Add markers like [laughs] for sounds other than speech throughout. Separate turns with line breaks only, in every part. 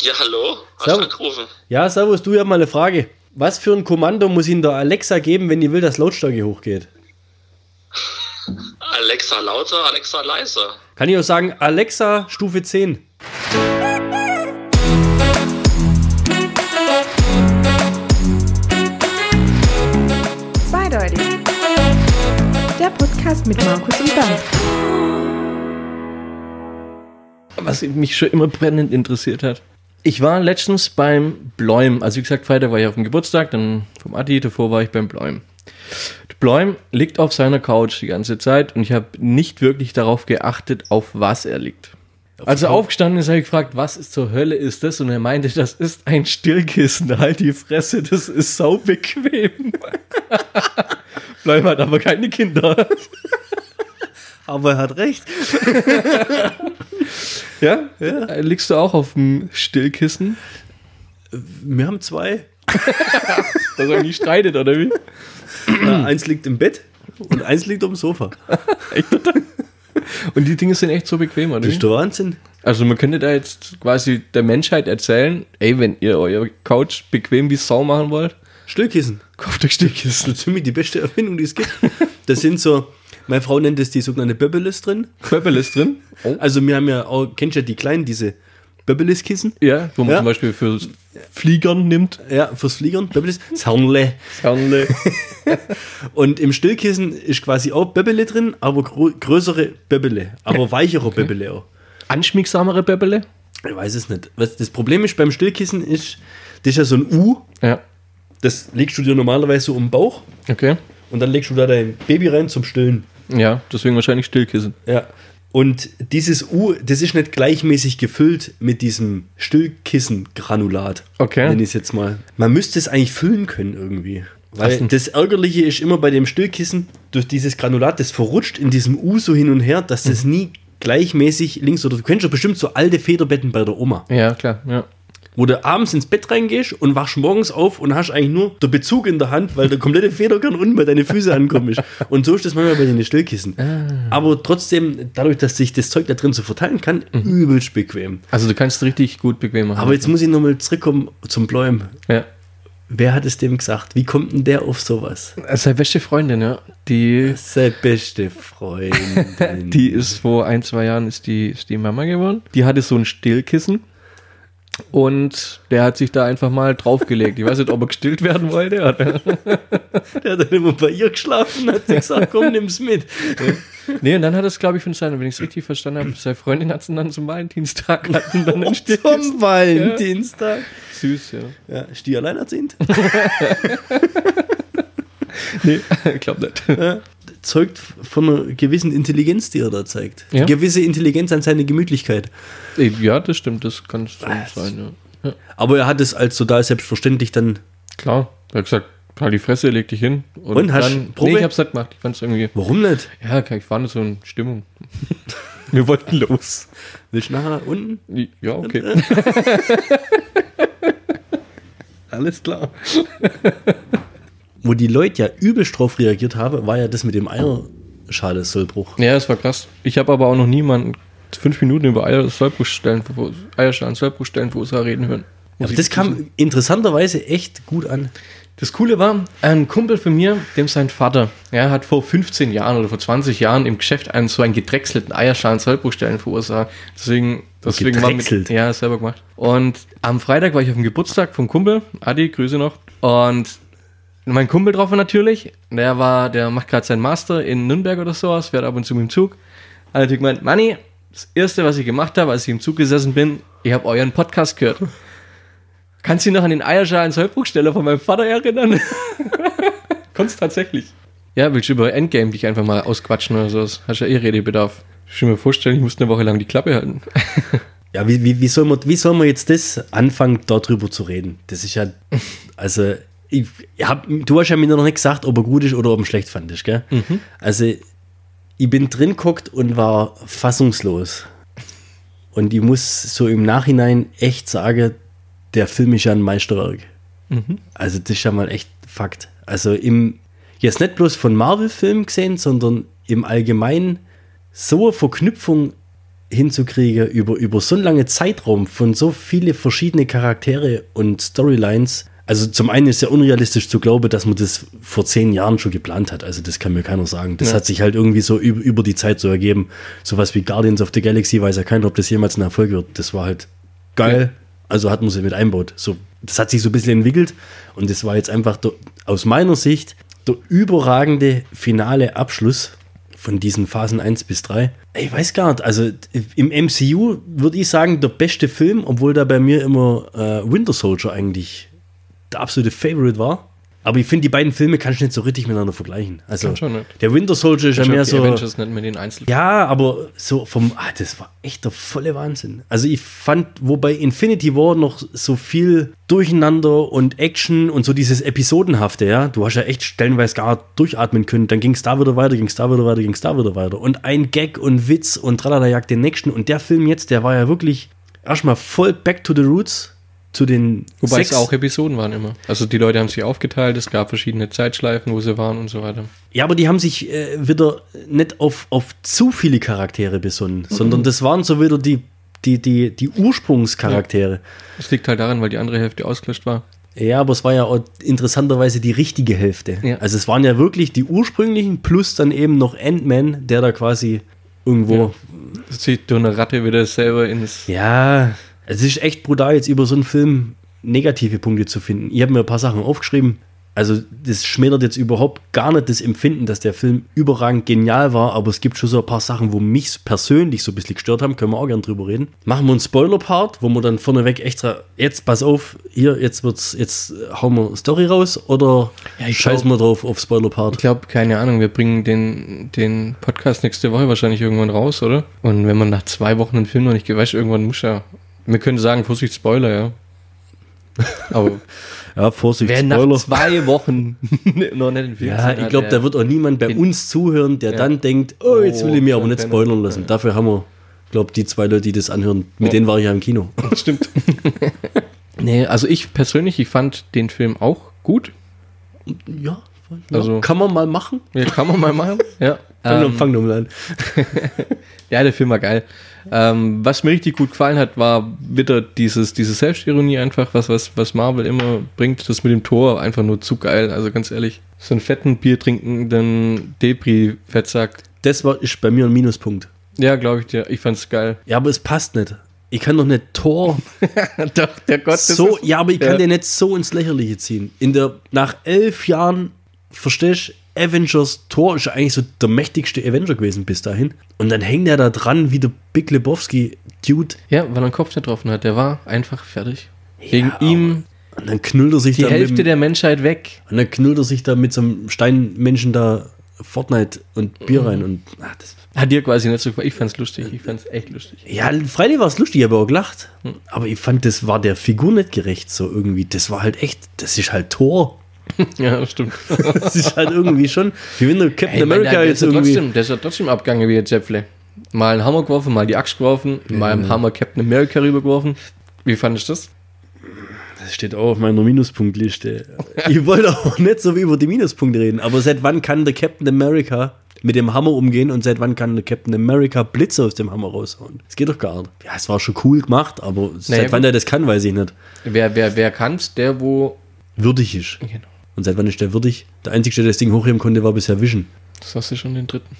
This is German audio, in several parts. Ja, hallo? Hast
Serv-
du angerufen?
Ja, Servus, du, ich habe mal eine Frage. Was für ein Kommando muss ich in der Alexa geben, wenn ich will, dass Lautstärke hochgeht?
Alexa lauter, Alexa leiser.
Kann ich auch sagen, Alexa Stufe 10.
Zweideutig. Der Podcast mit Markus und Bernd.
was mich schon immer brennend interessiert hat. Ich war letztens beim Bläum. Also wie gesagt, Freitag war ich auf dem Geburtstag, dann vom Adi, davor war ich beim Bläum. Der Bläum liegt auf seiner Couch die ganze Zeit und ich habe nicht wirklich darauf geachtet, auf was er liegt. Als er aufgestanden ist, habe ich gefragt, was ist zur Hölle ist das? Und er meinte, das ist ein Stillkissen. [laughs] Halt die Fresse, das ist sau bequem. [laughs] Bläum hat aber keine Kinder. [laughs]
Aber er hat recht.
Ja? ja? Liegst du auch auf dem Stillkissen?
Wir haben zwei.
Dass er nicht streitet, oder wie?
Äh,
[clears throat]
eins liegt im Bett und eins liegt auf dem Sofa.
Und die Dinge sind echt so bequem, oder?
Das ist der Wahnsinn.
Also man könnte da jetzt quasi der Menschheit erzählen, ey, wenn ihr eure Couch bequem wie Sau machen wollt,
Stillkissen.
kauft euch
Das
Stillkissen.
ist für mich die beste Erfindung, die es
[laughs]
gibt. Das sind so, meine Frau nennt es die sogenannte Böbbelis drin.
Pöppel ist drin.
Also wir haben ja auch, kennst du ja die kleinen, diese Böbbelis-Kissen?
Ja, wo man
Ja.
zum Beispiel für Fliegern nimmt.
Ja, fürs Fliegern, Böbbelis, das Herrnle.
Fernle.
Und im Stillkissen ist quasi auch Böbbele drin, aber grö größere Böbbele, aber weichere Böbbele auch.
Anschmiegsamere Pöppele.
Ich weiß es nicht. Was das Problem ist beim Stillkissen ist, das ist ja so ein U,
Ja,
das legst du dir normalerweise so um den Bauch
okay.
und dann legst du da dein Baby rein zum Stillen.
Ja, deswegen wahrscheinlich Stillkissen.
Ja. Und dieses U, das ist nicht gleichmäßig gefüllt mit diesem Stillkissen-Granulat.
Okay.
Nenn ich es jetzt mal. Man müsste es eigentlich füllen können irgendwie.
Was
Weil
denn?
das Ärgerliche ist immer bei dem Stillkissen, durch dieses Granulat, das verrutscht in diesem U so hin und her, dass
Mhm.
das nie gleichmäßig links oder du kennst doch bestimmt so alte Federbetten bei der Oma,
Ja, klar, ja.
wo du abends ins Bett reingehst und wachst morgens auf und hast eigentlich nur den Bezug in der Hand, weil der komplette Federkern unten bei deinen Füßen ankommen ist. Und so ist das manchmal bei den Stillkissen.
Ah.
Aber trotzdem, dadurch, dass sich das Zeug da drin so verteilen kann,
Mhm.
übelst bequem.
Also du kannst richtig gut bequem machen.
Aber jetzt muss ich nochmal zurückkommen zum Bläum.
ja.
Wer hat es dem gesagt? Wie kommt denn der auf sowas?
Seine beste Freundin, ja. Die,
Seine beste Freundin.
[laughs] die ist vor ein, zwei Jahren ist die, ist die Mama geworden. Die hatte so ein Stillkissen. Und der hat sich da einfach mal draufgelegt. Ich weiß nicht, ob er gestillt werden wollte. Oder?
der hat dann immer bei ihr geschlafen, hat sie gesagt,
[laughs]
komm, nimm's mit.
Nee, und dann hat es, glaube ich, von seiner, wenn ich es richtig verstanden habe, seine Freundin hat es dann zum Valentinstag hatten dann ein Stillkissen.
Zum Valentinstag.
Süß, ja.
Ja, ist die alleinerziehend?
Nee, [laughs] ich glaube nicht.
Zeugt von einer gewissen Intelligenz, die er da zeigt.
Ja.
Gewisse Intelligenz an seine Gemütlichkeit.
Ey, Ja, das stimmt, das kann schon sein, ja.
Aber er hat es als total selbstverständlich dann.
Klar. Er hat gesagt, halt die Fresse, leg dich hin.
Und, hast du
dann,
Probe?
Nee, ich hab's nicht gemacht. Ich fand's irgendwie.
Warum nicht?
Ja, klar, ich war nicht so in Stimmung. Wir wollten los.
Willst du nachher unten?
Ja, okay.
[laughs] Alles klar. Wo die Leute ja übelst drauf reagiert haben, war ja das mit dem Eierschale-Sollbruch.
Ja, das war krass. Ich habe aber auch noch niemanden fünf Minuten über Eier Sollbruchstellen, Eierschalen, Sollbruchstellen für USA reden hören. Muss
Aber
ich
das
dazu sagen.
kam interessanterweise echt gut an.
Das Coole war, ein Kumpel von mir, dem sein Vater, ja, hat vor 15 Jahren oder vor 20 Jahren im Geschäft einen so einen gedrechselten Eierschalen Sollbruchstellen für USA. Deswegen, deswegen war
Gedrechselt?
mit, ja, selber gemacht. Und am Freitag war ich auf dem Geburtstag vom Kumpel, Adi, Grüße noch. Und Mein Kumpel drauf war natürlich, der war, der macht gerade seinen Master in Nürnberg oder sowas, fährt ab und zu mit dem Zug. Hat natürlich gemeint, Manni, das erste, was ich gemacht habe, als ich im Zug gesessen bin, ich habe euren Podcast gehört. Kannst du dich noch an den Eierschalen Sollbruchsteller von meinem Vater erinnern? Konntest tatsächlich. Ja, willst du über Endgame dich einfach mal ausquatschen oder sowas? Hast ja eh Redebedarf. Ich kann mir vorstellen, ich musste eine Woche lang die Klappe halten.
Ja, wie, wie, wie, soll man, wie soll man jetzt das anfangen, darüber zu reden? Das ist ja, also, ich hab, du hast ja mir noch nicht gesagt, ob er gut ist oder ob er ihn schlecht fandest, gell? Also, ich bin drin geguckt und war fassungslos. Und ich muss so im Nachhinein echt sagen, der Film ist ja ein Meisterwerk. Also, das ist ja mal echt Fakt. Also, im, jetzt nicht bloß von Marvel-Filmen gesehen, sondern im Allgemeinen so eine Verknüpfung hinzukriegen, über, über so einen langen Zeitraum von so viele verschiedene Charaktere und Storylines. Also zum einen ist ja unrealistisch zu glauben, dass man das vor zehn Jahren schon geplant hat. Also das kann mir keiner sagen. Das
Ja.
hat sich halt irgendwie so über, über die Zeit so ergeben. Sowas wie Guardians of the Galaxy weiß ja keiner, ob das jemals ein Erfolg wird. Das war halt geil. Also hat man sie mit einbaut. So, das hat sich so ein bisschen entwickelt und das war jetzt einfach der, aus meiner Sicht der überragende finale Abschluss von diesen Phasen 1 bis 3. Ich weiß gar nicht, also im MCU würde ich sagen, der beste Film, obwohl da bei mir immer äh, Winter Soldier eigentlich der absolute Favorite war. Aber ich finde, die beiden Filme kannst du nicht so richtig miteinander vergleichen. Also
Kann schon, ne?
der Winter Soldier ist ja mehr
die
so.
Avengers nennt man den einzeln.
Ja, aber so vom, ah, das war echt der volle Wahnsinn. Also ich fand, wobei Infinity War noch so viel Durcheinander und Action und so dieses Episodenhafte, ja, du hast ja echt stellenweise gar nicht durchatmen können, dann ging's da wieder weiter, ging's da wieder weiter, ging's da wieder weiter und ein Gag und Witz und tralala jagt den nächsten und der Film jetzt, der war ja wirklich erstmal voll back to the roots zu den
Wobei
sechs-
es auch Episoden waren immer. Also die Leute haben sich aufgeteilt, es gab verschiedene Zeitschleifen, wo sie waren und so weiter.
Ja, aber die haben sich äh, wieder nicht auf, auf zu viele Charaktere besonnen, sondern das waren so wieder die, die, die, die Ursprungscharaktere.
Das liegt halt daran, weil die andere Hälfte ausgelöscht war.
Ja. aber es war ja auch interessanterweise die richtige Hälfte.
Ja.
Also es waren ja wirklich die ursprünglichen plus dann eben noch Ant-Man, der da quasi irgendwo.
Das zieht durch eine Ratte wieder selber ins.
Ja. es ist echt brutal, jetzt über so einen Film negative Punkte zu finden. Ich habe mir ein paar Sachen aufgeschrieben. Also das schmälert jetzt überhaupt gar nicht das Empfinden, dass der Film überragend genial war, aber es gibt schon so ein paar Sachen, wo mich persönlich so ein bisschen gestört haben, können wir auch gern drüber reden. Machen wir einen Spoiler-Part, wo wir dann vorneweg extra, jetzt pass auf, hier, jetzt wird's, jetzt äh, hauen wir Story raus oder
ich
scheißen wir drauf auf Spoiler-Part.
Ich glaube, keine Ahnung, wir bringen den, den Podcast nächste Woche wahrscheinlich irgendwann raus, oder? Und wenn man nach zwei Wochen einen Film noch nicht gewäscht, irgendwann muss ja. Wir können sagen, Vorsicht, Spoiler, ja. [laughs] Aber
Ja, Vorsicht,
wer
Spoiler.
nach [laughs] zwei Wochen noch nicht den Film halt,
Ja,
gesehen
ich
hat,
glaube,
ne, der-
da wird auch niemand bei
Den-
uns zuhören, der
Ja.
dann denkt, oh, jetzt will ich mir
Oh,
aber nicht
dann-
spoilern lassen. Dafür haben wir, glaube die zwei Leute, die das anhören, mit
Ja.
denen war ich ja im Kino.
Stimmt. nee, also ich persönlich, ich fand den Film auch gut.
Ja, voll.
Also-
ja kann man mal machen.
Ja, kann man mal [laughs] machen. Ja.
Fang
Ähm,
doch- Fang doch mal an.
Ja, der Film war geil. Ähm, was mir richtig gut gefallen hat, war wieder dieses, diese Selbstironie einfach, was, was, was Marvel immer bringt, das mit dem Tor einfach nur zu geil. Also ganz ehrlich, so einen fetten Bier trinkenden Depri-Fettsack.
Das war, ist bei mir ein Minuspunkt.
Ja, glaube ich dir. Ich fand's geil.
Ja, aber es passt nicht. Ich kann doch nicht Tor
[laughs] Doch, der Gott
so, ja, aber ich kann
ja.
den nicht so ins Lächerliche ziehen. In der, nach elf Jahren, verstehst Avengers Tor ist ja eigentlich so der mächtigste Avenger gewesen bis dahin. Und dann hängt er da dran wie der Big Lebowski-Dude
Ja, weil er einen Kopf nicht getroffen hat. Der war einfach fertig. Wegen
aber
ihm
Und dann knüllt er sich
die
da mit,
Hälfte
dem-
der Menschheit weg.
Und dann knüllt er sich da mit so einem Steinmenschen da Fortnite und Bier rein und ach, das,
Hat dir quasi nicht so gefallen. Ich fand's lustig. Ich fand's echt lustig.
ja, Freilich war es lustig, ich habe auch gelacht.
Hm.
Aber ich fand, das war der Figur nicht gerecht, so irgendwie. Das war halt echt, das ist halt Tor. [laughs]
Ja, stimmt.
Das ist halt irgendwie schon, wie wenn du Captain
Ey,
America
Mann, der,
jetzt
der ist ja
irgendwie.
Trotzdem, der ist ja trotzdem abgegangen wie der Zäpfle. Mal einen Hammer geworfen, mal die Axt geworfen, mal einen Hammer Captain America rübergeworfen. Wie fandest du das?
Das steht auch auf meiner Minuspunktliste. ich wollte auch nicht so über die Minuspunkte reden, aber seit wann kann der Captain America mit dem Hammer umgehen und seit wann kann der Captain America Blitze aus dem Hammer raushauen? Das geht doch gar nicht. Ja, es war schon cool gemacht, aber seit
gut.
wann der das kann, weiß ich nicht.
Wer, wer, wer kann's? Der, wo.
Würdig ist.
Genau.
Und seit wann ist der würdig? Der Einzige, der das Ding hochheben konnte, war bisher Vision.
Das hast du schon den dritten.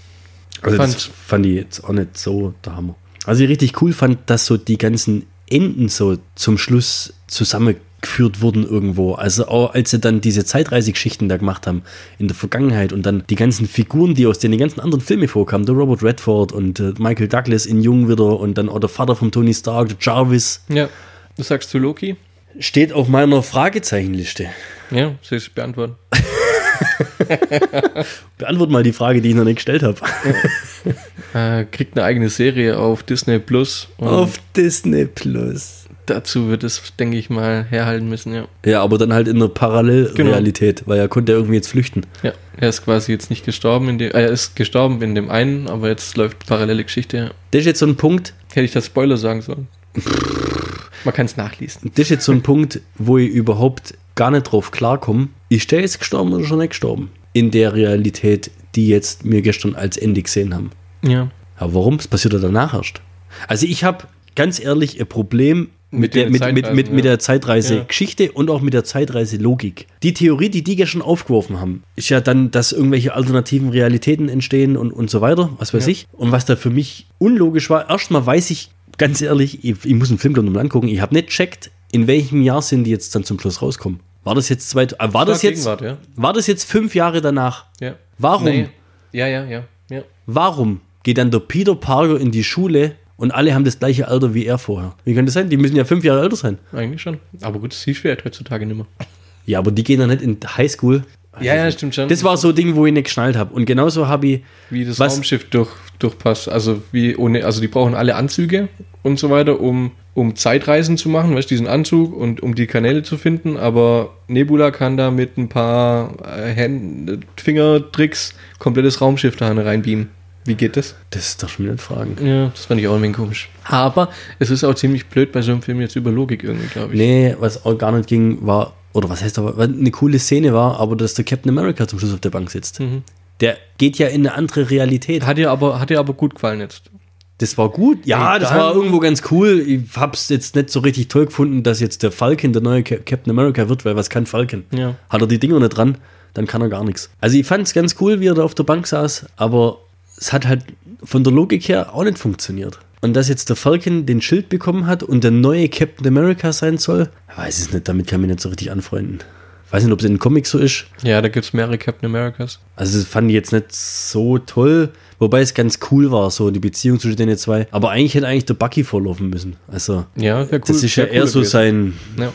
Also
Fand-
das fand ich jetzt auch nicht so der Hammer. Also ich richtig cool fand, dass so die ganzen Enden so zum Schluss zusammengeführt wurden irgendwo. Also auch als sie dann diese Zeitreisegeschichten da gemacht haben in der Vergangenheit und dann die ganzen Figuren, die aus den ganzen anderen Filmen vorkamen, der Robert Redford und äh, Michael Douglas in Jung wieder und dann auch der Vater von Tony Stark, der Jarvis,
Ja. Du sagst zu Loki?
steht auf meiner Fragezeichenliste.
Ja, soll ich beantworten.
Beantwort mal die Frage, die ich noch nicht gestellt habe.
Äh, kriegt eine eigene Serie auf Disney Plus. Und
Auf Disney Plus.
dazu wird es, denke ich mal, herhalten müssen, ja.
Ja, aber dann halt in einer Parallelrealität, weil er konnte ja irgendwie jetzt flüchten.
Ja. Er ist quasi jetzt nicht gestorben in dem. Äh, er ist gestorben in dem einen, aber jetzt läuft parallele Geschichte. ja.
Das ist jetzt so ein Punkt,
Hätte ich das Spoiler sagen sollen. Man kann es nachlesen.
das ist jetzt so ein Punkt, wo ich überhaupt gar nicht drauf klarkomme. Ist der jetzt gestorben oder schon nicht gestorben? In der Realität, die jetzt mir gestern als Ende gesehen haben.
Ja.
Ja, warum? Es passiert ja danach erst. Also ich habe ganz ehrlich ein Problem mit,
Mit
der,
den
mit, mit, mit,
Zeitreisen,
mit
ja.
der
Ja.
Zeitreise-Geschichte und auch mit der Zeitreise-Logik. Die Theorie, die die gestern aufgeworfen haben, ist ja dann, dass irgendwelche alternativen Realitäten entstehen und, und so weiter, was weiß ich. Und was da für mich unlogisch war, erstmal weiß ich, ganz ehrlich, ich, ich muss einen Film nochmal angucken, ich habe nicht checkt, in welchem Jahr sind die jetzt dann zum Schluss rauskommen. War das jetzt zwei, äh, war das jetzt,
Gegenwart, ja.
war das jetzt fünf Jahre danach?
Ja.
Warum?
Nee. Ja, ja, ja. ja.
Warum geht dann der Peter Parker in die Schule und alle haben das gleiche Alter wie er vorher? Wie kann das sein? Die müssen ja fünf Jahre älter sein.
Eigentlich schon. Aber gut, das sieht schwer heutzutage nicht mehr.
Ja, aber die gehen dann nicht in Highschool.
Ja, ja, stimmt schon.
Das war so ein Ding, wo ich nicht geschnallt habe. Und genauso habe ich.
wie das
was-
Raumschiff durch, durchpasst. Also wie ohne, also die brauchen alle Anzüge und so weiter, um, um Zeitreisen zu machen, weißt du, diesen Anzug und um die Kanäle zu finden. Aber Nebula kann da mit ein paar äh, Hand, äh, Fingertricks komplettes Raumschiff da reinbeamen. Wie geht das?
Das darfst du mir nicht fragen.
Ja, das fand ich auch ein wenig komisch. Aber es ist auch ziemlich blöd bei so einem Film jetzt über Logik irgendwie, glaube ich.
Nee, was auch gar nicht ging, war. Oder was heißt aber? was Eine coole Szene war, aber dass der Captain America zum Schluss auf der Bank sitzt.
Mhm.
Der geht ja in eine andere Realität.
Hat dir aber, hat dir aber gut gefallen jetzt.
Das war gut. Ja,
Ey,
das
dann-
war irgendwo ganz cool. Ich hab's jetzt nicht so richtig toll gefunden, dass jetzt der Falcon der neue Cap- Captain America wird, weil was kann Falcon?
Ja.
Hat er die Dinger nicht dran, dann kann er gar nichts. Also ich fand's ganz cool, wie er da auf der Bank saß, aber es hat halt von der Logik her auch nicht funktioniert. Und dass jetzt der Falcon den Schild bekommen hat und der neue Captain America sein soll, weiß ich nicht, damit kann ich mich nicht so richtig anfreunden. Weiß nicht, ob es in den Comics so ist.
Ja, da gibt es mehrere Captain Americas.
Also das fand ich jetzt nicht so toll, wobei es ganz cool war, so die Beziehung zwischen den zwei. Aber eigentlich hätte eigentlich der Bucky vorlaufen müssen. Also
Ja, wär cool.
das ist ja
wär
eher
cool
so
gewesen.
sein
Ja.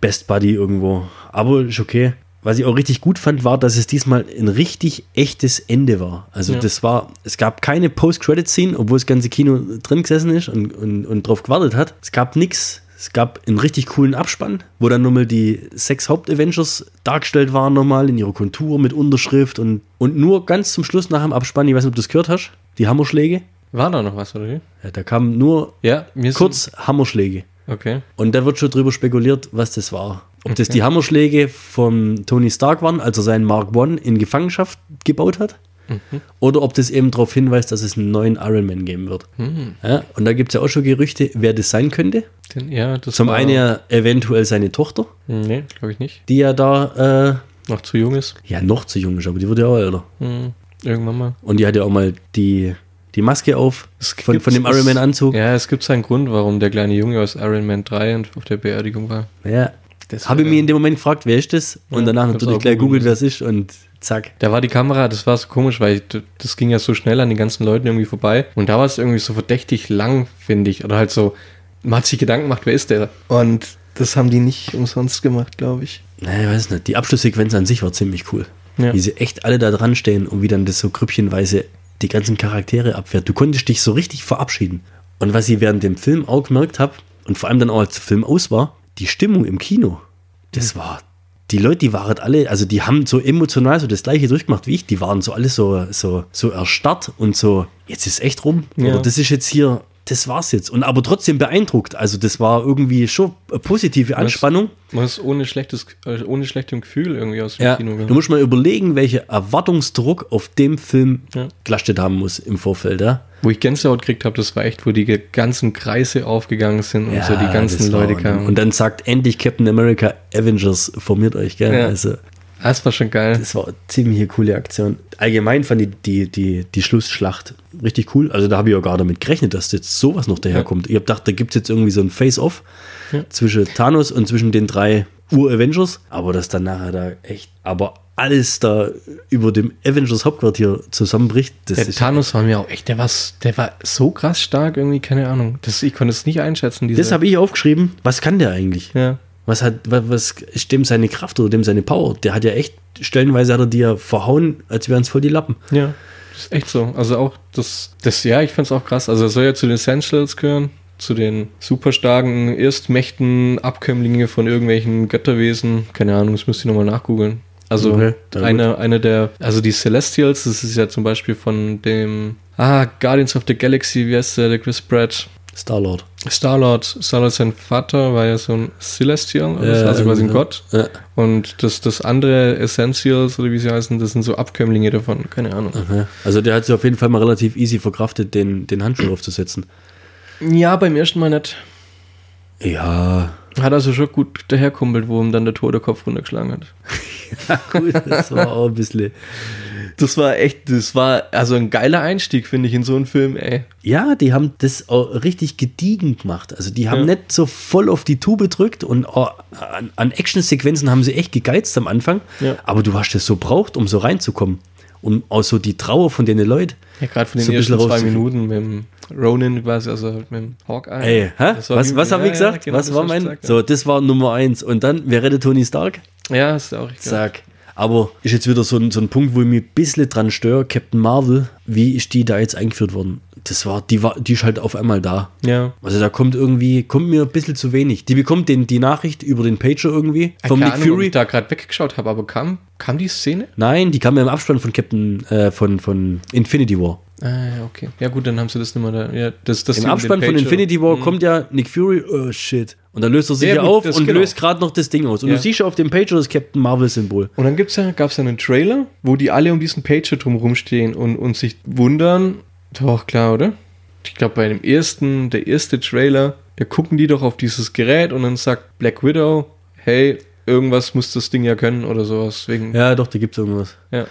Best Buddy irgendwo. Aber ist okay. Was ich auch richtig gut fand, war, dass es diesmal ein richtig echtes Ende war. Also
Ja.
das war, es gab keine Post-Credit-Scene, obwohl das ganze Kino drin gesessen ist und, und, und drauf gewartet hat. Es gab nichts. Es gab einen richtig coolen Abspann, wo dann nochmal die sechs Haupt-Avengers dargestellt waren nochmal in ihrer Kontur mit Unterschrift und, und nur ganz zum Schluss nach dem Abspann, ich weiß nicht, ob du das gehört hast, die Hammerschläge.
War da noch was, oder? wie?
Ja, da kamen nur
Ja, mir sind-
kurz Hammerschläge.
Okay.
Und da wird schon drüber spekuliert, was das war. Ob das die Hammerschläge von Tony Stark waren, als er seinen Mark I in Gefangenschaft gebaut hat,
Mhm.
oder ob das eben darauf hinweist, dass es einen neuen Iron Man geben wird.
Mhm.
Ja, und da gibt es ja auch schon Gerüchte, wer das sein könnte.
Den, ja, das
Zum
war- Hm,
einen ja eventuell seine Tochter,
Nee, glaube ich nicht.
die ja da
Noch zu jung ist.
äh, ja noch zu jung ist, aber die wird ja auch älter.
Hm, irgendwann mal.
Und die hat ja auch mal die, die Maske auf von, von dem Iron Man Anzug.
Ja, es gibt seinen Grund, warum der kleine Junge aus Iron Man 3 und auf der Beerdigung war.
Ja.
Das
Habe ich
war-
mir in dem Moment gefragt, wer ist das? Und
Ja,
danach
hab's
natürlich
auch
gleich
googeln
googelt, wer es ist und zack.
Da war die Kamera, das war so komisch, weil ich, das ging ja so schnell an den ganzen Leuten irgendwie vorbei. Und da war es irgendwie so verdächtig lang, finde ich. Oder halt so, man hat sich Gedanken gemacht, wer ist der? Und das haben die nicht umsonst gemacht, glaube ich.
Naja, ich weiß nicht. Die Abschlusssequenz an sich war ziemlich cool.
Ja.
Wie sie echt alle da dran stehen und wie dann das so grüppchenweise die ganzen Charaktere abfährt. Du konntest dich so richtig verabschieden. Und was ich während dem Film auch gemerkt habe, und vor allem dann auch als der Film aus war, die Stimmung im Kino, das war. Die Leute, die waren alle, also die haben so emotional so das gleiche durchgemacht wie ich. Die waren so alle so, so, so erstarrt und so, jetzt ist echt rum.
Ja.
Oder das ist jetzt hier, das war's jetzt. Und aber trotzdem beeindruckt. Also das war irgendwie schon eine positive Anspannung.
Man ist ohne, schlechtes, äh, ohne schlechtem Gefühl irgendwie aus dem
Ja,
Kino
du musst mal überlegen, welcher Erwartungsdruck auf dem Film
Ja.
gelastet haben muss im Vorfeld. Ja?
Wo ich Gänsehaut gekriegt habe, das war echt, wo die ge- ganzen Kreise aufgegangen sind und
Ja,
so die ganzen
das war-
Leute kamen.
Und dann sagt endlich Captain America Avengers, formiert euch, gell?
Ja.
Also,
das war schon geil.
das war eine ziemlich coole Aktion. Allgemein fand ich die, die, die Schlussschlacht richtig cool. Also, da habe ich auch gar damit gerechnet, dass jetzt sowas noch daherkommt. Ich habe gedacht, da gibt es jetzt irgendwie so ein Face-Off zwischen Thanos und zwischen den drei Ur-Avengers. Aber dass dann nachher da echt, aber alles da über dem Avengers-Hauptquartier zusammenbricht, das
der
ist
Thanos war mir auch echt, der war, s- der war so krass stark irgendwie, keine Ahnung. Das, ich konnte es nicht einschätzen. Diese,
Das habe ich aufgeschrieben. Was kann der eigentlich?
ja.
Was hat, wa- was ist dem seine Kraft oder dem seine Power? Der hat ja echt, stellenweise hat er die ja verhauen, als wären es voll die Lappen.
Ja, das ist echt so. Also auch das, das ja, ich find's auch krass. Also er soll ja zu den Essentials gehören, zu den superstarken Erstmächten, Abkömmlinge von irgendwelchen Götterwesen. Keine Ahnung, das müsst ihr nochmal nachgoogeln. Also
Okay, na gut.
eine, eine der, also die Celestials, das ist ja zum Beispiel von dem, ah, Guardians of the Galaxy, wie heißt der, der Chris Pratt?
Star-Lord.
Star-Lord, Star-Lord sein Vater war ja so ein Celestial, oder
Ja,
so, also quasi ein
irgendwie.
Gott.
Ja.
Und das, das andere Essentials, oder wie sie heißen, das sind so Abkömmlinge
Ah.
davon, keine Ahnung.
Also der hat sich auf jeden Fall mal relativ easy verkraftet, den, den Handschuh aufzusetzen.
Ja, beim ersten Mal nicht.
Ja, [laughs]
Hat also schon gut daherkumpelt, wo ihm dann der Tor der Kopf runtergeschlagen hat.
gut, das war auch ein bisschen.
Das war echt, das war also ein geiler Einstieg, finde ich, in so einen Film, ey.
Ja, die haben das auch richtig gediegen gemacht. Also die haben
Ja.
nicht so voll auf die Tube gedrückt und auch an, an Actionsequenzen haben sie echt gegeizt am Anfang.
Ja.
Aber du hast das so braucht, um so reinzukommen. Und auch so die Trauer von den Leuten.
Ja, gerade von den
So ein bisschen
ersten zwei
rauszufinden.
Minuten mit dem Ronin quasi, also halt mit dem Hawkeye.
Ey, hä?
Das war
Was,
übel.
was habe
Ja,
ich gesagt?
Ja, genau,
was
das
war
hast du
mein?
gesagt,
So, das war Nummer eins. Und dann, wer rettet Tony Stark?
Ja, ja ist auch richtig.
Zack. Aber ist jetzt wieder so ein, so ein Punkt, wo ich mich ein bisschen dran störe. Captain Marvel, wie ist die da jetzt eingeführt worden? Das war, die war, die ist halt auf einmal da.
Ja.
Also da kommt irgendwie, kommt mir ein bisschen zu wenig. Die bekommt den, die Nachricht über den Pager irgendwie vom Nick
Ah, Keine Ahnung, ob
Fury.
ich da gerade weggeschaut habe, aber kam, kam die Szene?
Nein, die kam ja im Abspann von Captain, äh, von, von Infinity War.
Ah, ja, okay. Ja, gut, dann haben sie das nicht mehr da. Ja, das, das
Im
mit dem
Abspann von
Pager.
Infinity War kommt ja Nick Fury, oh shit. Und dann löst er sich
Mhm. Ja,
ja
gut,
auf
das-
und
genau.
löst gerade noch das Ding aus. Und
Ja.
du siehst ja auf dem Pager das Captain Marvel Symbol.
Und dann gibt's ja, gab's ja einen Trailer, wo die alle um diesen Pager drum rumstehen und, und sich wundern. Doch, klar, oder? Ich glaube, bei dem ersten, der erste Trailer, da gucken die doch auf dieses Gerät und dann sagt Black Widow, hey, irgendwas muss das Ding ja können oder sowas. Wegen,
Ja, doch, da gibt's irgendwas.
Ja. Mhm.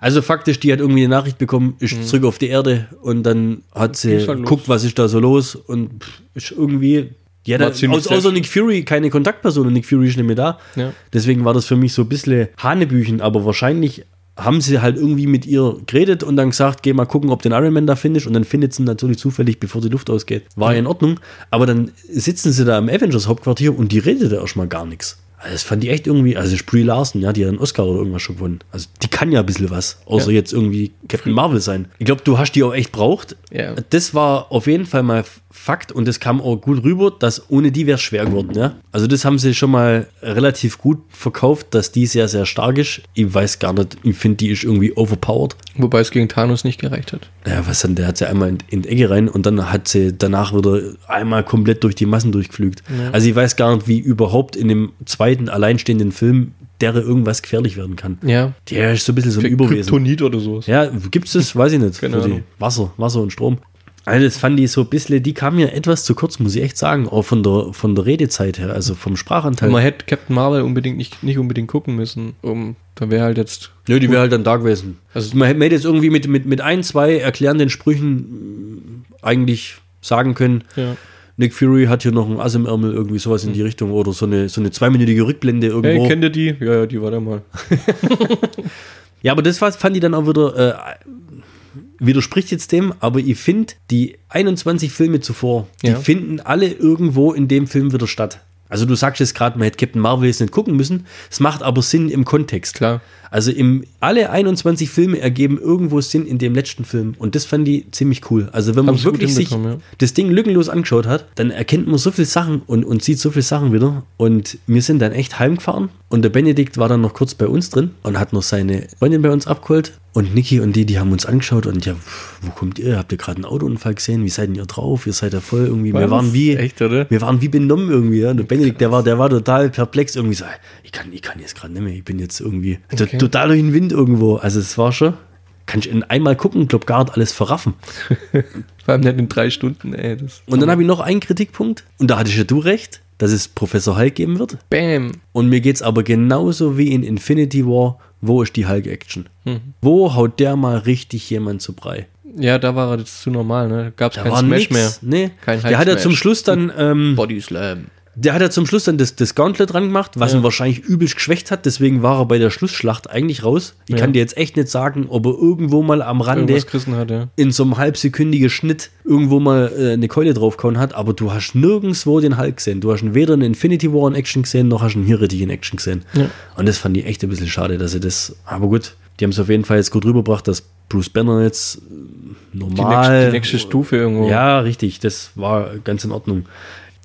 Also faktisch, die hat irgendwie eine Nachricht bekommen, ist zurück auf die Erde und dann hat sie
Ist halt los.
guckt, was ist da so los und pff, ist irgendwie. Ja, da,
War ziemlich
aus, außer
selbst-
Nick Fury keine Kontaktperson und Nick Fury ist nicht mehr da.
Ja.
Deswegen war das für mich so ein bisschen Hanebüchen, aber wahrscheinlich haben sie halt irgendwie mit ihr geredet und dann gesagt, geh mal gucken, ob den Iron Man da findest und dann findet sie ihn natürlich zufällig, bevor die Luft ausgeht. War ja in Ordnung, aber dann sitzen sie da im Avengers Hauptquartier und die redet da erstmal gar nichts. Also das fand ich echt irgendwie, also ist Brie Larson, ja, die hat einen Oscar oder irgendwas schon gewonnen. Also die kann ja ein bisschen was, außer
Ja.
jetzt irgendwie Captain Marvel sein. Ich glaube, du hast die auch echt braucht.
Ja.
Das war auf jeden Fall mal Fakt und das kam auch gut rüber, dass ohne die wäre es schwer geworden. Ja? Also das haben sie schon mal relativ gut verkauft, dass die sehr, sehr stark ist. Ich weiß gar nicht, ich finde, die ist irgendwie overpowered.
Wobei es gegen Thanos nicht gereicht hat.
Ja, was denn, der hat sie einmal in, in die Ecke rein und dann hat sie danach wieder einmal komplett durch die Massen durchgepflügt. Also ich weiß gar nicht, wie überhaupt in dem zweiten alleinstehenden Film der irgendwas gefährlich werden kann.
Ja.
Der ist so ein bisschen so ein Überwesen.
Kryptonit oder sowas.
Ja, gibt's das? Weiß ich [laughs] nicht.
Keine
Für die
Ahnung.
Wasser, Wasser und Strom. Also das fand ich so ein bisschen, die kam mir etwas zu kurz, muss ich echt sagen, auch von der, von der Redezeit her, also vom Sprachanteil.
Man hätte Captain Marvel unbedingt nicht, nicht unbedingt gucken müssen. Um, da wäre halt jetzt.
Nö, die wäre halt dann da gewesen. Also
Also-
man hätte man hätte jetzt irgendwie mit, mit, mit ein, zwei erklärenden Sprüchen mh, eigentlich sagen können,
Ja.
Nick Fury hat hier noch ein Ass im Ärmel, irgendwie sowas in die Richtung oder so eine, so eine zweiminütige Rückblende
Hey,
irgendwo.
kennt ihr die? Ja, ja, die war da mal.
Ja, aber das war- fand ich dann auch wieder, äh, widerspricht jetzt dem, aber ich finde, die 21 Filme zuvor,
Ja.
die finden alle irgendwo in dem Film wieder statt. Also du sagst jetzt gerade, man hätte Captain Marvel jetzt nicht gucken müssen, es macht aber Sinn im Kontext.
Klar.
Also im, alle 21 Filme ergeben irgendwo Sinn in dem letzten Film und das fand ich ziemlich cool. Also wenn man
Haben sie gut
wirklich sich
hinbekommen, ja.
das Ding lückenlos angeschaut hat, dann erkennt man so viele Sachen und, und sieht so viele Sachen wieder. Und wir sind dann echt heimgefahren. Und der Benedikt war dann noch kurz bei uns drin und hat noch seine Freundin bei uns abgeholt. Und Niki und die, die haben uns angeschaut und ja, pff, wo kommt ihr? Habt ihr gerade einen Autounfall gesehen? Wie seid denn ihr drauf? Ihr seid ja voll irgendwie. Wir
Was?
waren wie.
Echt, oder?
Wir waren wie benommen irgendwie. Ja? Und der Benedikt, der war, der war total perplex irgendwie so. Ich kann, ich kann jetzt gerade nicht mehr. Ich bin jetzt irgendwie to-
Okay.
total durch den Wind irgendwo. Also es war schon. Kann ich in einmal gucken, glaub gar nicht alles verraffen.
Vor allem nicht in drei Stunden, ey. Das
Und dann habe ich noch einen Kritikpunkt. Und da hattest ja du recht, dass es Professor Hulk geben wird.
Bam.
Und mir geht es aber genauso wie in Infinity War. Wo ist die Hulk-Action? Wo haut der mal richtig jemand zu Brei?
Ja, da war er jetzt zu normal, ne? Da gab's
Da
keinen
war
Smash
nix.
mehr.
Nee.
Kein
der hat ja
Hulk-Smash.
zum Schluss dann, ähm,
Body Slam.
der hat ja zum Schluss dann das, das Gauntlet dran gemacht, was ihn wahrscheinlich übelst geschwächt hat. Deswegen war er bei der Schlussschlacht eigentlich raus. Ich
Ja.
kann dir jetzt echt nicht sagen, ob er irgendwo mal am Rande
Irgendwas gerissen hat, ja.
in so einem halbsekündigen Schnitt irgendwo mal äh, eine Keule draufgehauen hat, aber du hast nirgendwo den Hulk gesehen. Du hast ihn weder in Infinity War in Action gesehen, noch hast ihn hier richtig in Action gesehen.
Ja.
Und das fand ich echt ein bisschen schade, dass sie das. Aber gut, die haben es auf jeden Fall jetzt gut rübergebracht, dass Bruce Banner jetzt äh,
Die,
normal.
nächste, die nächste Stufe irgendwo.
ja, richtig, das war ganz in Ordnung.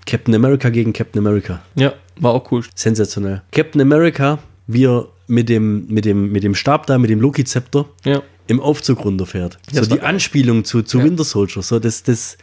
Captain America gegen Captain America.
ja, war auch cool.
Sensationell. Captain America, wie er mit dem, mit dem, mit dem Stab da, mit dem Loki-Zepter
Ja.
im Aufzug runterfährt.
Ja, das
so die
war-
Anspielung zu, zu Winter Soldier, so das, das,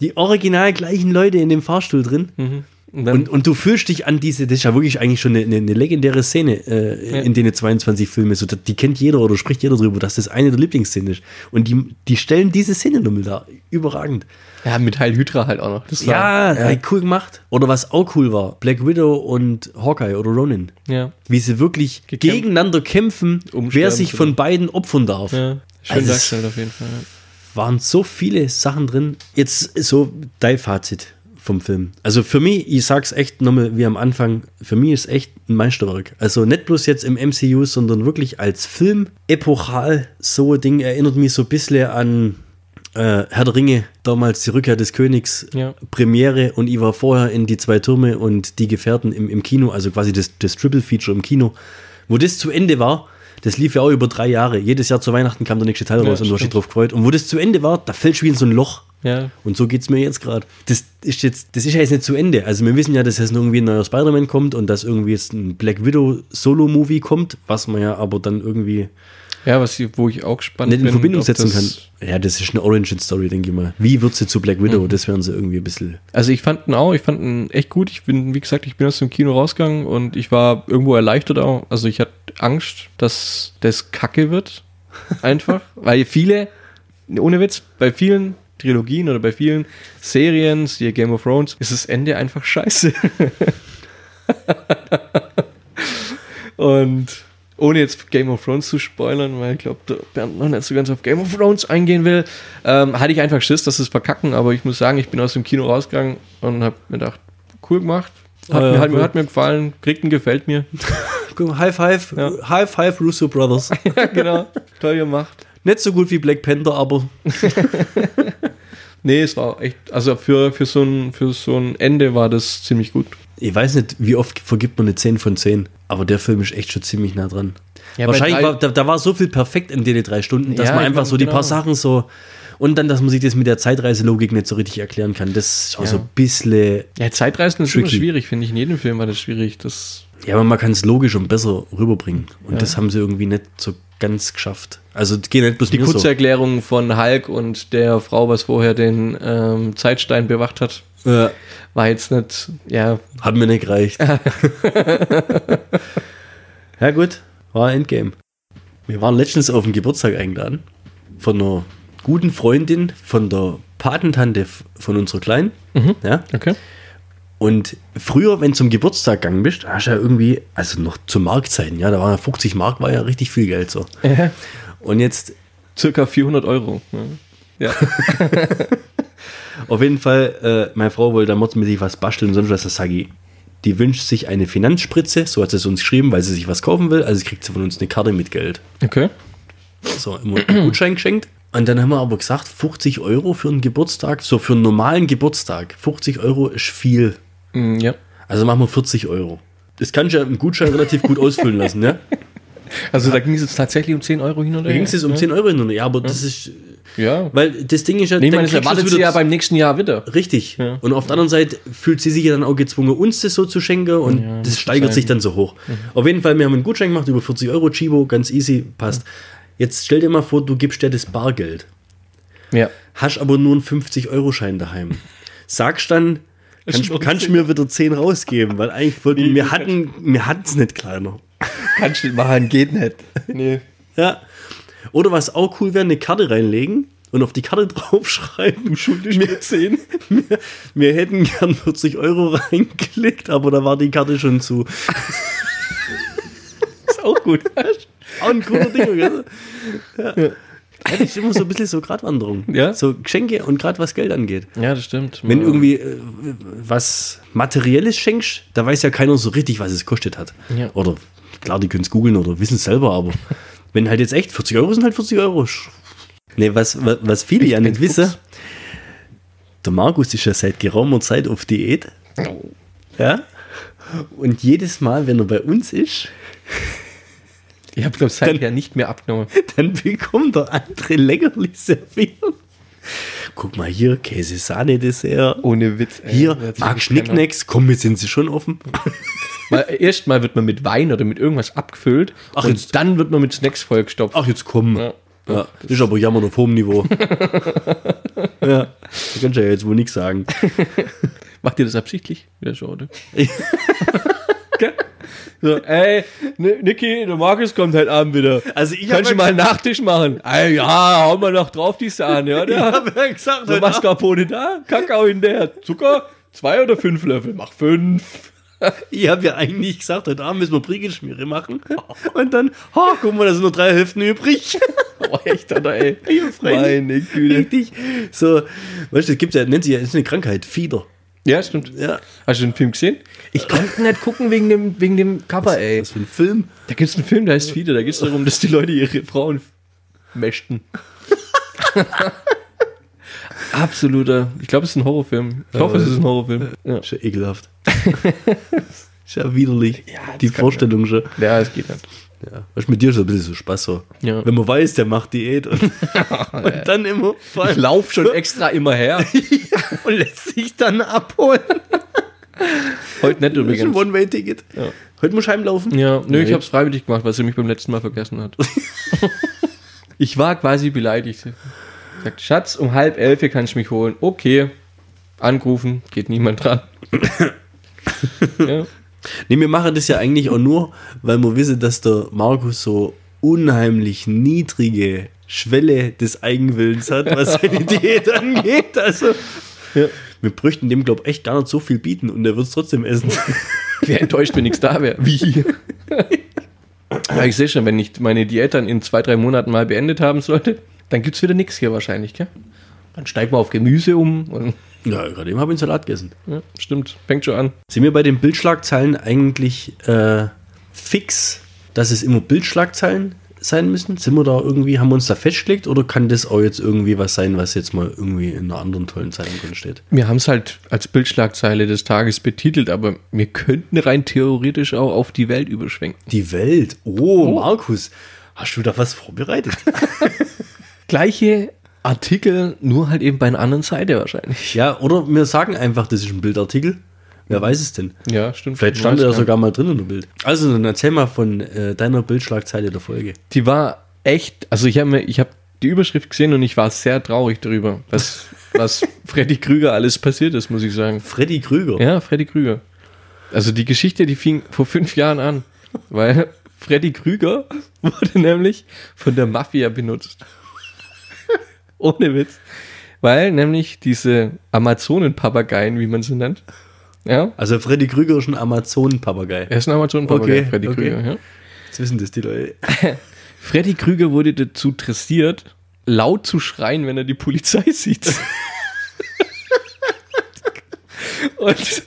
die original gleichen Leute in dem Fahrstuhl drin.
Mhm. Und dann,
Und, und du fühlst dich an diese, das ist ja wirklich eigentlich schon eine, eine, eine legendäre Szene äh,
Ja.
in denen 22 Filme so, die kennt jeder oder spricht jeder drüber, dass das eine der Lieblingsszenen ist. Und die, die stellen diese Szene nochmal da. Überragend.
ja, mit Heil Hydra halt auch noch. Das
Ja,
war,
ey, cool gemacht. Oder was auch cool war, Black Widow und Hawkeye oder Ronin.
ja.
Wie sie wirklich
Gekämpft.
gegeneinander kämpfen,
Um
wer
sterben
sich
zu
von beiden opfern darf.
ja. Schön
Also es-
dargestellt auf jeden Fall. ja.
waren so viele Sachen drin. Jetzt so dein Fazit vom Film. Also für mich, ich sag's echt nochmal wie am Anfang, für mich ist echt ein Meisterwerk. Also nicht bloß jetzt im MCU, sondern wirklich als Film epochal so ein Ding erinnert mich so ein bisschen an äh, Herr der Ringe, damals die Rückkehr des Königs,
Ja.
Premiere und ich war vorher in die zwei Türme und die Gefährten im, im Kino, also quasi das, das Triple Feature im Kino, wo das zu Ende war, das lief ja auch über drei Jahre. Jedes Jahr zu Weihnachten kam der nächste Teil raus und du hast dich
stimmt.
drauf gefreut. Und wo das zu Ende war, da fällt schon wieder in so ein Loch.
Ja.
Und so geht's mir jetzt gerade. Das ist jetzt, das ist ja jetzt nicht zu Ende. Also wir wissen ja, dass jetzt irgendwie ein neuer Spider-Man kommt und dass irgendwie jetzt ein Black Widow Solo-Movie kommt, was man ja aber dann irgendwie
Ja, was, wo ich auch spannend
nicht in
bin.
Verbindung
ob
setzen
das- Mhm.
kann. Ja, das ist eine Origin-Story, denke ich mal. Wie wird sie zu Black Widow? Das werden sie irgendwie ein bisschen.
Also ich fand ihn auch, ich fand ihn echt gut. Ich bin, wie gesagt, ich bin aus dem Kino rausgegangen und ich war irgendwo erleichtert auch. Also ich hatte Angst, dass das Kacke wird. Einfach. weil viele, ohne Witz, bei vielen Trilogien oder bei vielen Serien, siehe Game of Thrones, ist das Ende einfach scheiße. [laughs] und ohne jetzt Game of Thrones zu spoilern, weil ich glaube, der Bernd noch nicht so ganz auf Game of Thrones eingehen will, ähm, hatte ich einfach Schiss, dass sie es verkacken, aber ich muss sagen, ich bin aus dem Kino rausgegangen und habe mir gedacht, cool gemacht, hat,
Ah,
mir,
ja,
hat, mir,
cool.
hat mir gefallen, kriegt ihn,
[laughs]
gefällt mir.
High Five,
Ja.
High Five Russo Brothers.
[laughs] ja, genau, toll gemacht.
nicht so gut wie Black Panther, aber
Nee, es war echt, also für, für, so ein, für so ein Ende war das ziemlich gut.
ich weiß nicht, wie oft vergibt man eine 10 von 10. Aber der Film ist echt schon ziemlich nah dran.
Ja, bei
Wahrscheinlich
drei-
war da, da war so viel perfekt in den drei Stunden, dass
Ja,
man
ich
einfach
mein,
so die paar
genau.
Sachen so. Und dann, dass man sich das mit der Zeitreiselogik nicht so richtig erklären kann. Das ist auch
Ja.
so ein bisschen.
Ja, Zeitreisen ist immer
Tricky.
schwierig, finde ich. In jedem Film war das schwierig. Das
Ja, aber man kann es logisch und besser rüberbringen. Und das haben sie irgendwie nicht so ganz geschafft. Also, es geht nicht bloß
Die
mir
kurze
so.
Erklärung von Hulk und der Frau, was vorher den ähm, Zeitstein bewacht hat,
Äh,
war jetzt nicht, ja,
Hat mir nicht gereicht. [laughs] ja, gut, war Endgame. Wir waren letztens auf dem Geburtstag eingeladen von einer guten Freundin, von der Patentante f- von unserer Kleinen. Ja?
okay.
Und früher, wenn du zum Geburtstag gegangen bist, hast du ja irgendwie, also noch zu Markzeiten, ja, da waren ja 50 Mark, war ja richtig viel Geld so. Und jetzt
Circa 400 Euro. ne? Ja. ja.
Auf jeden Fall, äh, meine Frau wollte da mordsmäßig was basteln und sonst was, das sage ich. Die wünscht sich eine Finanzspritze, so hat sie es uns geschrieben, weil sie sich was kaufen will. Also kriegt sie von uns eine Karte mit Geld.
[laughs] Okay.
So, immer
[clears throat]
einen Gutschein geschenkt. Und dann haben wir aber gesagt, 50 Euro für einen Geburtstag, so für einen normalen Geburtstag, 50 Euro ist viel.
Mm, Ja.
Also machen wir 40 Euro. Das kannst du ja im Gutschein relativ gut ausfüllen lassen, ne?
Also da ging es jetzt tatsächlich um 10 Euro hin oder
Da ging es jetzt um 10 Euro hin und her, ja, aber das ist,
Ja.
weil das Ding ist ja,
Nee,
dann
man
kriegst du es
erwartet
wieder
sie ja
zu-
beim nächsten Jahr wieder.
Richtig.
Ja.
Und auf der anderen Seite fühlt sie sich ja dann auch gezwungen, uns das so zu schenken und
Ja,
das
das
steigert
sein.
sich dann so hoch. Auf jeden Fall, wir haben einen Gutschein gemacht, über 40 Euro, Chibo, ganz easy, passt. Jetzt stell dir mal vor, du gibst dir das Bargeld,
Ja.
hast aber nur einen 50-Euro-Schein daheim. Sagst dann, kannst
Schmutzig.
kannst du mir wieder 10 rausgeben, weil eigentlich wollten wir hatten wir hatten es nicht kleiner.
Kannst du nicht machen, geht nicht. Nee.
Ja. Oder was auch cool wäre, eine Karte reinlegen und auf die Karte [laughs] draufschreiben. Du schuldest [laughs] mir 10. Wir, wir hätten gern 40 Euro [laughs] reingelegt, aber da war die Karte schon zu.
Ist auch gut.
Auch ein cooler Ding. Gell? Ja. Ja. Das ist immer so ein bisschen so Gratwanderung.
Ja.
So Geschenke und gerade was Geld angeht.
ja, das stimmt.
Wenn irgendwie äh, was Materielles schenkst, da weiß ja keiner [laughs] so richtig, was es kostet hat.
Ja.
Oder klar, die können es googeln oder wissen es selber,
[laughs]
aber wenn halt jetzt echt 40 Euro sind halt 40 Euro. Sch- Nee, was, wa- was viele ja nicht
bin Fuchs.
wissen, der Markus ist ja seit geraumer Zeit auf Diät.
Oh.
Ja. Und jedes Mal, wenn er bei uns ist, [laughs]
Ich habe, glaube ich, seither nicht mehr abgenommen.
dann bekommt der andere Leckerli serviert. Guck mal hier, Käse-Sahne-Dessert.
[laughs] Ohne Witz. Ey.
Hier, magst
Jetzt keiner.
Schnicknacks? Komm, jetzt sind sie schon offen.
Mal, äh, erstmal wird man mit Wein oder mit irgendwas abgefüllt
Ach,
und
jetzt-
dann wird man mit Snacks vollgestopft.
Ach, jetzt komm. Ja.
Ja.
das ist aber jammern [laughs] auf hohem Niveau. ja, da kannst du ja jetzt wohl nichts sagen.
Macht ihr das absichtlich? Ja, schon, oder? [laughs] Gell? so, ey, N- Niki, der Markus kommt heute Abend wieder.
Also ich hab
Kannst du mal einen Nachtisch machen? Ey, ja, hau mal noch drauf die Sahne, [laughs] oder?
ja gesagt,
So Mascarpone da, Kakao in der, Zucker, zwei oder fünf Löffel, mach fünf. [laughs]
Ich habe ja eigentlich gesagt, heute Abend müssen wir Priegelschmiere machen.
[laughs]
Und dann, ha, guck mal, da sind nur drei Hälften übrig.
Oh, echt, oder ey?
Freund.
Meine Güte.
Richtig. So, weißt du, das gibt ja, nennt sich ja, ist eine Krankheit, Fieder.
Ja, stimmt.
Ja.
Hast du den Film gesehen? Ich konnte nicht gucken wegen dem, wegen dem Cover, ey.
Das ist ein Film.
Da gibt's einen Film, der heißt Fieder, da geht's darum, dass die Leute ihre Frauen möchten. Absoluter. Ich glaube, es ist ein Horrorfilm. Ich hoffe, es ist ein Horrorfilm. Ja,
Ist ja
[laughs]
ekelhaft. ist ja widerlich.
Ja, das
die
kann
Vorstellung schon.
ja es geht nicht.
Ja. Weißt du, mit dir ist so ein bisschen so Spaß so.
Ja.
Wenn man weiß, der macht Diät.
[laughs]
Und, und dann immer vor
Ich
allem-
lauf schon extra
[laughs]
immer her.
und lässt sich dann abholen.
Heute
Das ist
nicht
ein
übrigens.
One-Way-Ticket.
Ja.
Heute muss ich heimlaufen.
Ja, nö, ich
Nee.
hab's freiwillig gemacht, weil sie mich beim letzten Mal vergessen [laughs] hat. ich war quasi beleidigt. Sagt, Schatz, um halb elf hier kannst du mich holen. Okay. Anrufen, geht niemand [laughs] dran. ja.
Nee, wir machen das ja eigentlich auch nur, weil wir wissen, dass der Markus so unheimlich niedrige Schwelle des Eigenwillens hat, was
[laughs]
seine Diät angeht. Also, wir bräuchten dem, glaube ich, echt gar nicht so viel bieten und er wird es trotzdem essen.
Wäre enttäuscht, wenn nichts da wäre. Wie hier. Aber ich sehe schon, wenn ich meine Diät dann in zwei, drei Monaten mal beendet haben sollte, dann gibt's wieder nichts hier wahrscheinlich, gell? Dann steigt man auf Gemüse um und
Ja, gerade eben habe ich einen Salat gegessen.
ja, stimmt, fängt schon an.
Sind wir bei den Bildschlagzeilen eigentlich äh, fix, dass es immer Bildschlagzeilen sein müssen? Sind wir da irgendwie, haben wir uns da festgelegt oder kann das auch jetzt irgendwie was sein, was jetzt mal irgendwie in einer anderen tollen Zeitung drin steht?
Wir haben es halt als Bildschlagzeile des Tages betitelt, aber wir könnten rein theoretisch auch auf die Welt überschwenken.
Die Welt. Oh, Markus, hast du da was vorbereitet?
Gleiche Artikel, nur halt eben bei einer anderen Seite
[laughs]
wahrscheinlich.
ja, oder wir sagen einfach, das ist ein Bildartikel. Wer weiß es denn?
Ja, stimmt.
Vielleicht stand er sogar mal drin in dem Bild. Also, dann erzähl mal von äh, deiner Bildschlagzeile der Folge.
Die war echt, also ich habe ich hab die Überschrift gesehen und ich war sehr traurig darüber, was,
[laughs]
was Freddy Krüger alles passiert ist, muss ich sagen.
Freddy Krüger.
Ja, Freddy Krüger. Also die Geschichte, die fing vor fünf Jahren an, weil Freddy Krüger [laughs] wurde nämlich von der
[laughs]
Mafia benutzt. Ohne Witz. Weil nämlich diese Amazonen-Papageien, wie man sie nennt, ja,
Also, Freddy Krüger ist ein Amazonen-Papagei.
er ist ein Amazonen-Papagei,
Okay,
Freddy
okay.
Krüger. Ja.
Jetzt wissen das die Leute.
Freddy Krüger wurde dazu dressiert, laut zu schreien, wenn er die Polizei [laughs] sieht. Und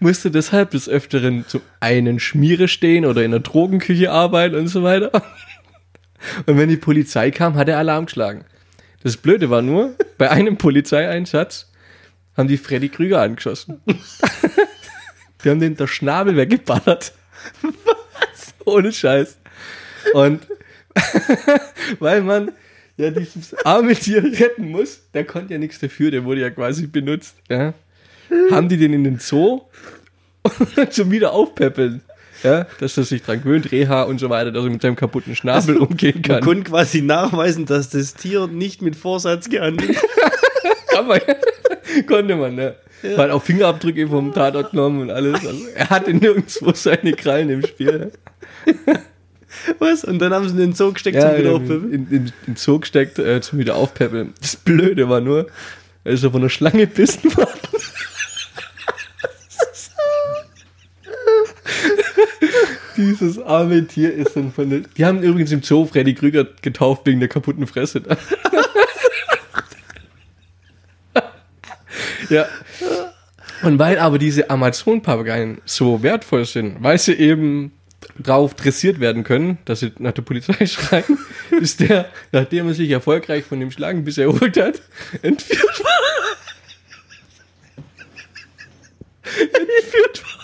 musste deshalb des Öfteren zum einen Schmiere stehen oder in der Drogenküche arbeiten und so weiter. Und wenn die Polizei kam, hat er Alarm geschlagen. Das Blöde war nur, bei einem Polizeieinsatz haben die Freddy Krüger angeschossen. Die haben den der Schnabel weggeballert. Was? Ohne Scheiß. Und [laughs] weil man ja dieses arme Tier retten muss, der konnte ja nichts dafür, der wurde ja quasi benutzt. Ja. Haben die den in den Zoo [laughs] und zum Wiederaufpäppeln. Ja, dass er sich dran gewöhnt, Reha und so weiter, dass er mit seinem kaputten Schnabel umgehen
Also, Man
kann.
konnte quasi nachweisen, dass das Tier nicht mit Vorsatz gehandelt hat.
Aber [laughs] konnte man, ne? Man hat auch Fingerabdrücke vom Tatort genommen und alles. Also, er hatte nirgendwo seine Krallen im Spiel.
[laughs]
ne?
Was? Und dann haben sie den Zoo gesteckt zum Wiederaufpüppeln.
in, in, in Zoo gesteckt äh, zum Wiederaufpäppeln. Das Blöde war nur, er ist ja von einer Schlange gebissen worden. [laughs] Dieses arme Tier ist dann von der. Die haben übrigens im Zoo Freddy Krüger getauft wegen der kaputten Fresse. [laughs] ja. Und weil aber diese Amazon-Papageien so wertvoll sind, weil sie eben drauf dressiert werden können, dass sie nach der Polizei [laughs] schreien, ist der, nachdem er sich erfolgreich von dem Schlagen bis erholt hat, entführt worden. entführt worden.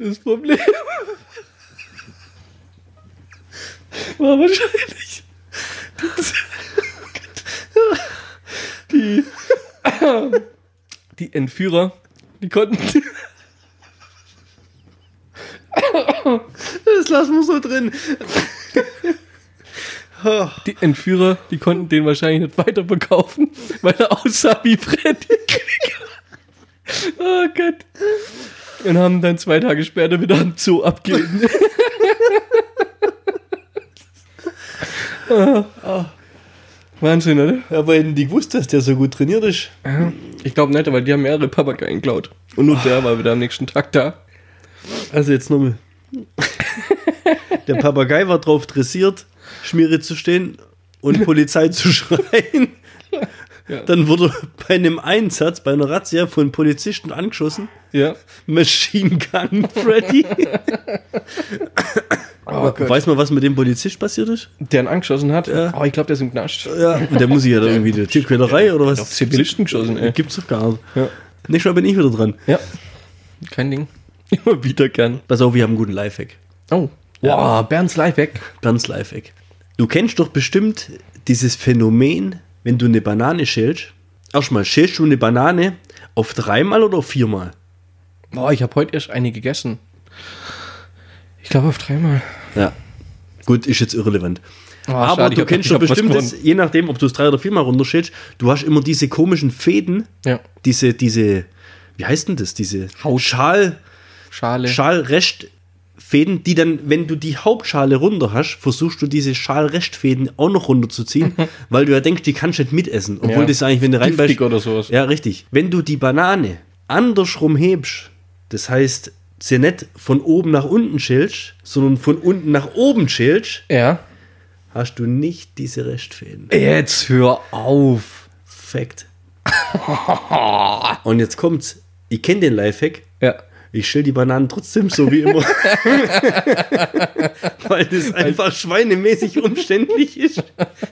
Das Problem war wahrscheinlich, dass die die Entführer, die konnten.
Das lassen wir so drin.
Die Entführer, die konnten den wahrscheinlich nicht weiterverkaufen, weil er aussah wie Freddy Krieger. Oh Gott. Und haben dann zwei Tage später wieder am Zoo abgegeben. [laughs] Ah, ah. Wahnsinn, oder?
Aber hätten die gewusst, dass der so gut trainiert ist.
Ich glaube nicht, aber die haben mehrere Papageien geklaut. Und nur der war wieder am nächsten Tag da.
Also jetzt nochmal. [laughs] der Papagei war drauf dressiert, Schmiere zu stehen und Polizei [laughs] zu schreien.
Ja.
Dann wurde bei einem Einsatz, bei einer Razzia von Polizisten angeschossen.
Ja.
Machine Gun [laughs] Freddy.
Oh Gott.
Weiß man, was mit dem Polizist passiert ist?
Der einen angeschossen hat. Oh, ich glaube, der ist im Knast.
Ja. Und der muss ja da irgendwie die Tierquälerei oder
Auf
was?
Zivilisten geschossen, ey.
Gibt's doch gar nicht.
Ja.
Nächstes Mal bin ich wieder dran.
Ja. Kein Ding. Immer wieder gern.
Pass auf, wir haben einen guten Lifehack.
Oh. Wow, Bernds Lifehack.
Ganz Lifehack. Du kennst doch bestimmt dieses Phänomen, wenn du eine Banane schälst. Erstmal, schälst du eine Banane auf dreimal oder auf viermal?
Boah, ich habe heute erst eine gegessen. Ich glaube auf dreimal.
Ja. Gut, ist jetzt irrelevant.
Ah,
Aber
schade, ich
du
hab-
kennst
ich
doch
hab was
bestimmt, das,
gewonnen.
je nachdem, ob du es drei oder viermal runterschälst, du hast immer diese komischen Fäden,
Ja.
diese, diese, wie heißt denn das, diese
Haut.
Schal,
Schale.
Schalrestfäden, die dann, wenn du die Hauptschale runter hast, versuchst du diese Schalrestfäden auch noch
[laughs]
runterzuziehen, weil du ja denkst, die kannst du nicht mitessen. Obwohl
Ja.
das eigentlich, wenn du
Giftig
reinbeißt.
oder sowas.
Ja, richtig. Wenn du die Banane andersrum hebst, das heißt, sie nicht von oben nach unten schälst, sondern von unten nach oben schälst,
ja.
hast du nicht diese Restfäden.
Jetzt hör auf.
Fact. [laughs] Und jetzt kommt's. Ich kenne den Lifehack.
Ja.
Ich schäl die Bananen trotzdem so wie immer. Weil das einfach schweinemäßig umständlich ist,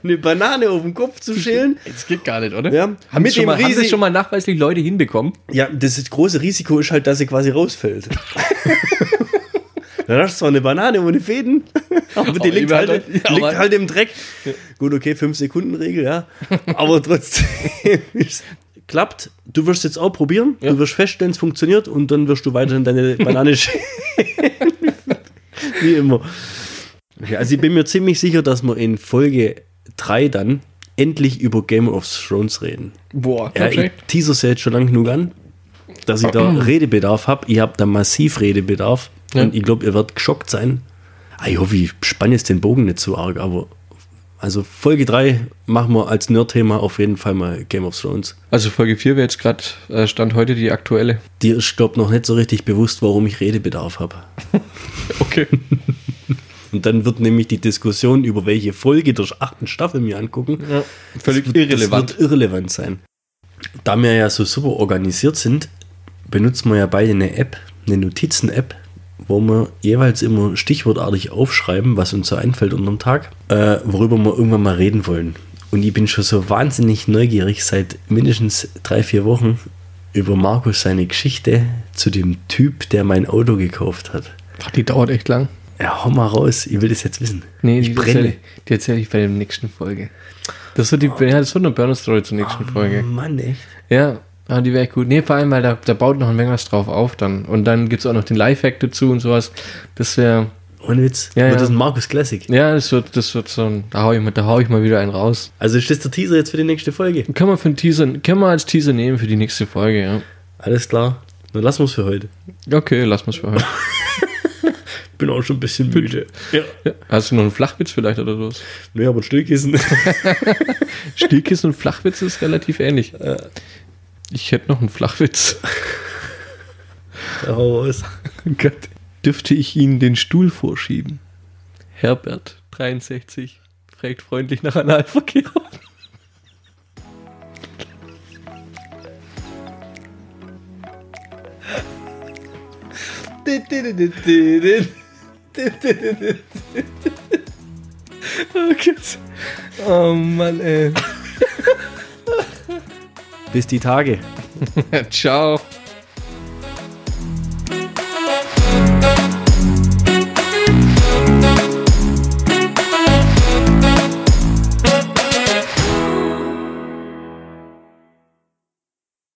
eine Banane auf den Kopf zu schälen.
Das geht gar nicht, oder?
Ja.
Haben,
Mit
das schon
dem
mal, haben das
riesigen-
schon mal nachweislich Leute hinbekommen?
Ja, das ist- große Risiko ist halt, dass sie quasi
[laughs]
rausfällt. Dann hast du zwar eine Banane ohne Fäden, [laughs] aber die
Aber
liegt,
eben
halt,
halt-
liegt
aber-
halt im Dreck. Gut, okay, 5-Sekunden-Regel, ja. Aber trotzdem
[laughs]
es klappt. Du wirst jetzt auch probieren, du wirst feststellen, es funktioniert und dann wirst du weiterhin deine
[laughs]
Banane schälen. Wie immer. Okay, also ich bin mir ziemlich sicher, dass wir in Folge 3 dann endlich über Game of Thrones reden.
Boah,
Ja, ich
perfekt.
teaser es ja jetzt schon lang genug an, dass ich da Redebedarf habe. Ihr habt da massiv Redebedarf.
Ja.
Und ich glaube, ihr werdet geschockt sein. Ah, ich hoffe, ich spanne jetzt den Bogen nicht zu arg, aber also Folge 3 machen wir als Nerd-Thema auf jeden Fall mal Game of Thrones.
Also Folge 4 wäre jetzt gerade, äh, Stand heute die aktuelle.
Dir ist, glaube noch nicht so richtig bewusst, warum ich Redebedarf habe.
[laughs] Okay.
[laughs] Und dann wird nämlich die Diskussion über welche Folge der achten Staffel mir angucken.
Ja, völlig
das wird,
irrelevant.
Das wird irrelevant sein. Da wir ja so super organisiert sind, benutzen wir ja beide eine App, eine Notizen-App, wo wir jeweils immer stichwortartig aufschreiben, was uns so einfällt unterm Tag, äh, worüber wir irgendwann mal reden wollen. Und ich bin schon so wahnsinnig neugierig seit mindestens drei, vier Wochen über Markus seine Geschichte zu dem Typ, der mein Auto gekauft hat.
Ach, die dauert echt lang.
Ja, hau mal raus, ich will das jetzt wissen.
Nee,
ich
die
brenne.
erzähle die erzähl ich bei der nächsten Folge. Das wird, die, ja, das wird eine Burner-Story zur nächsten Folge.
Mann, echt.
Ja, ah, die wäre echt gut. Nee, vor allem, weil da, da baut noch ein wenig was drauf auf dann. Und dann gibt es auch noch den Lifehack dazu und sowas. Das wäre,
Ohne Witz.
Ja,
Wird
ja.
das ein Markus Classic?
ja, das wird, das wird so ein, da hau ich, mal- da hau ich mal wieder einen raus.
Also ist das der Teaser jetzt für die nächste Folge?
Kann man für einen Teaser, kann man als Teaser nehmen für die nächste Folge, ja.
Alles klar. Dann lassen wir es für heute.
Okay, lass mal's für heute.
Bin auch schon ein bisschen müde. Ja.
Ja. Hast du noch einen Flachwitz vielleicht oder sowas?
Nee, aber ein Stillkissen.
Stillkissen und Flachwitz ist relativ ähnlich. Ich hätte noch einen Flachwitz.
Hau raus.
Gott. Dürfte ich Ihnen den Stuhl vorschieben? Herbert, 63, fragt freundlich nach Analverkehr. Oh, Gott. oh Mann, ey.
Bis die Tage.
Ciao.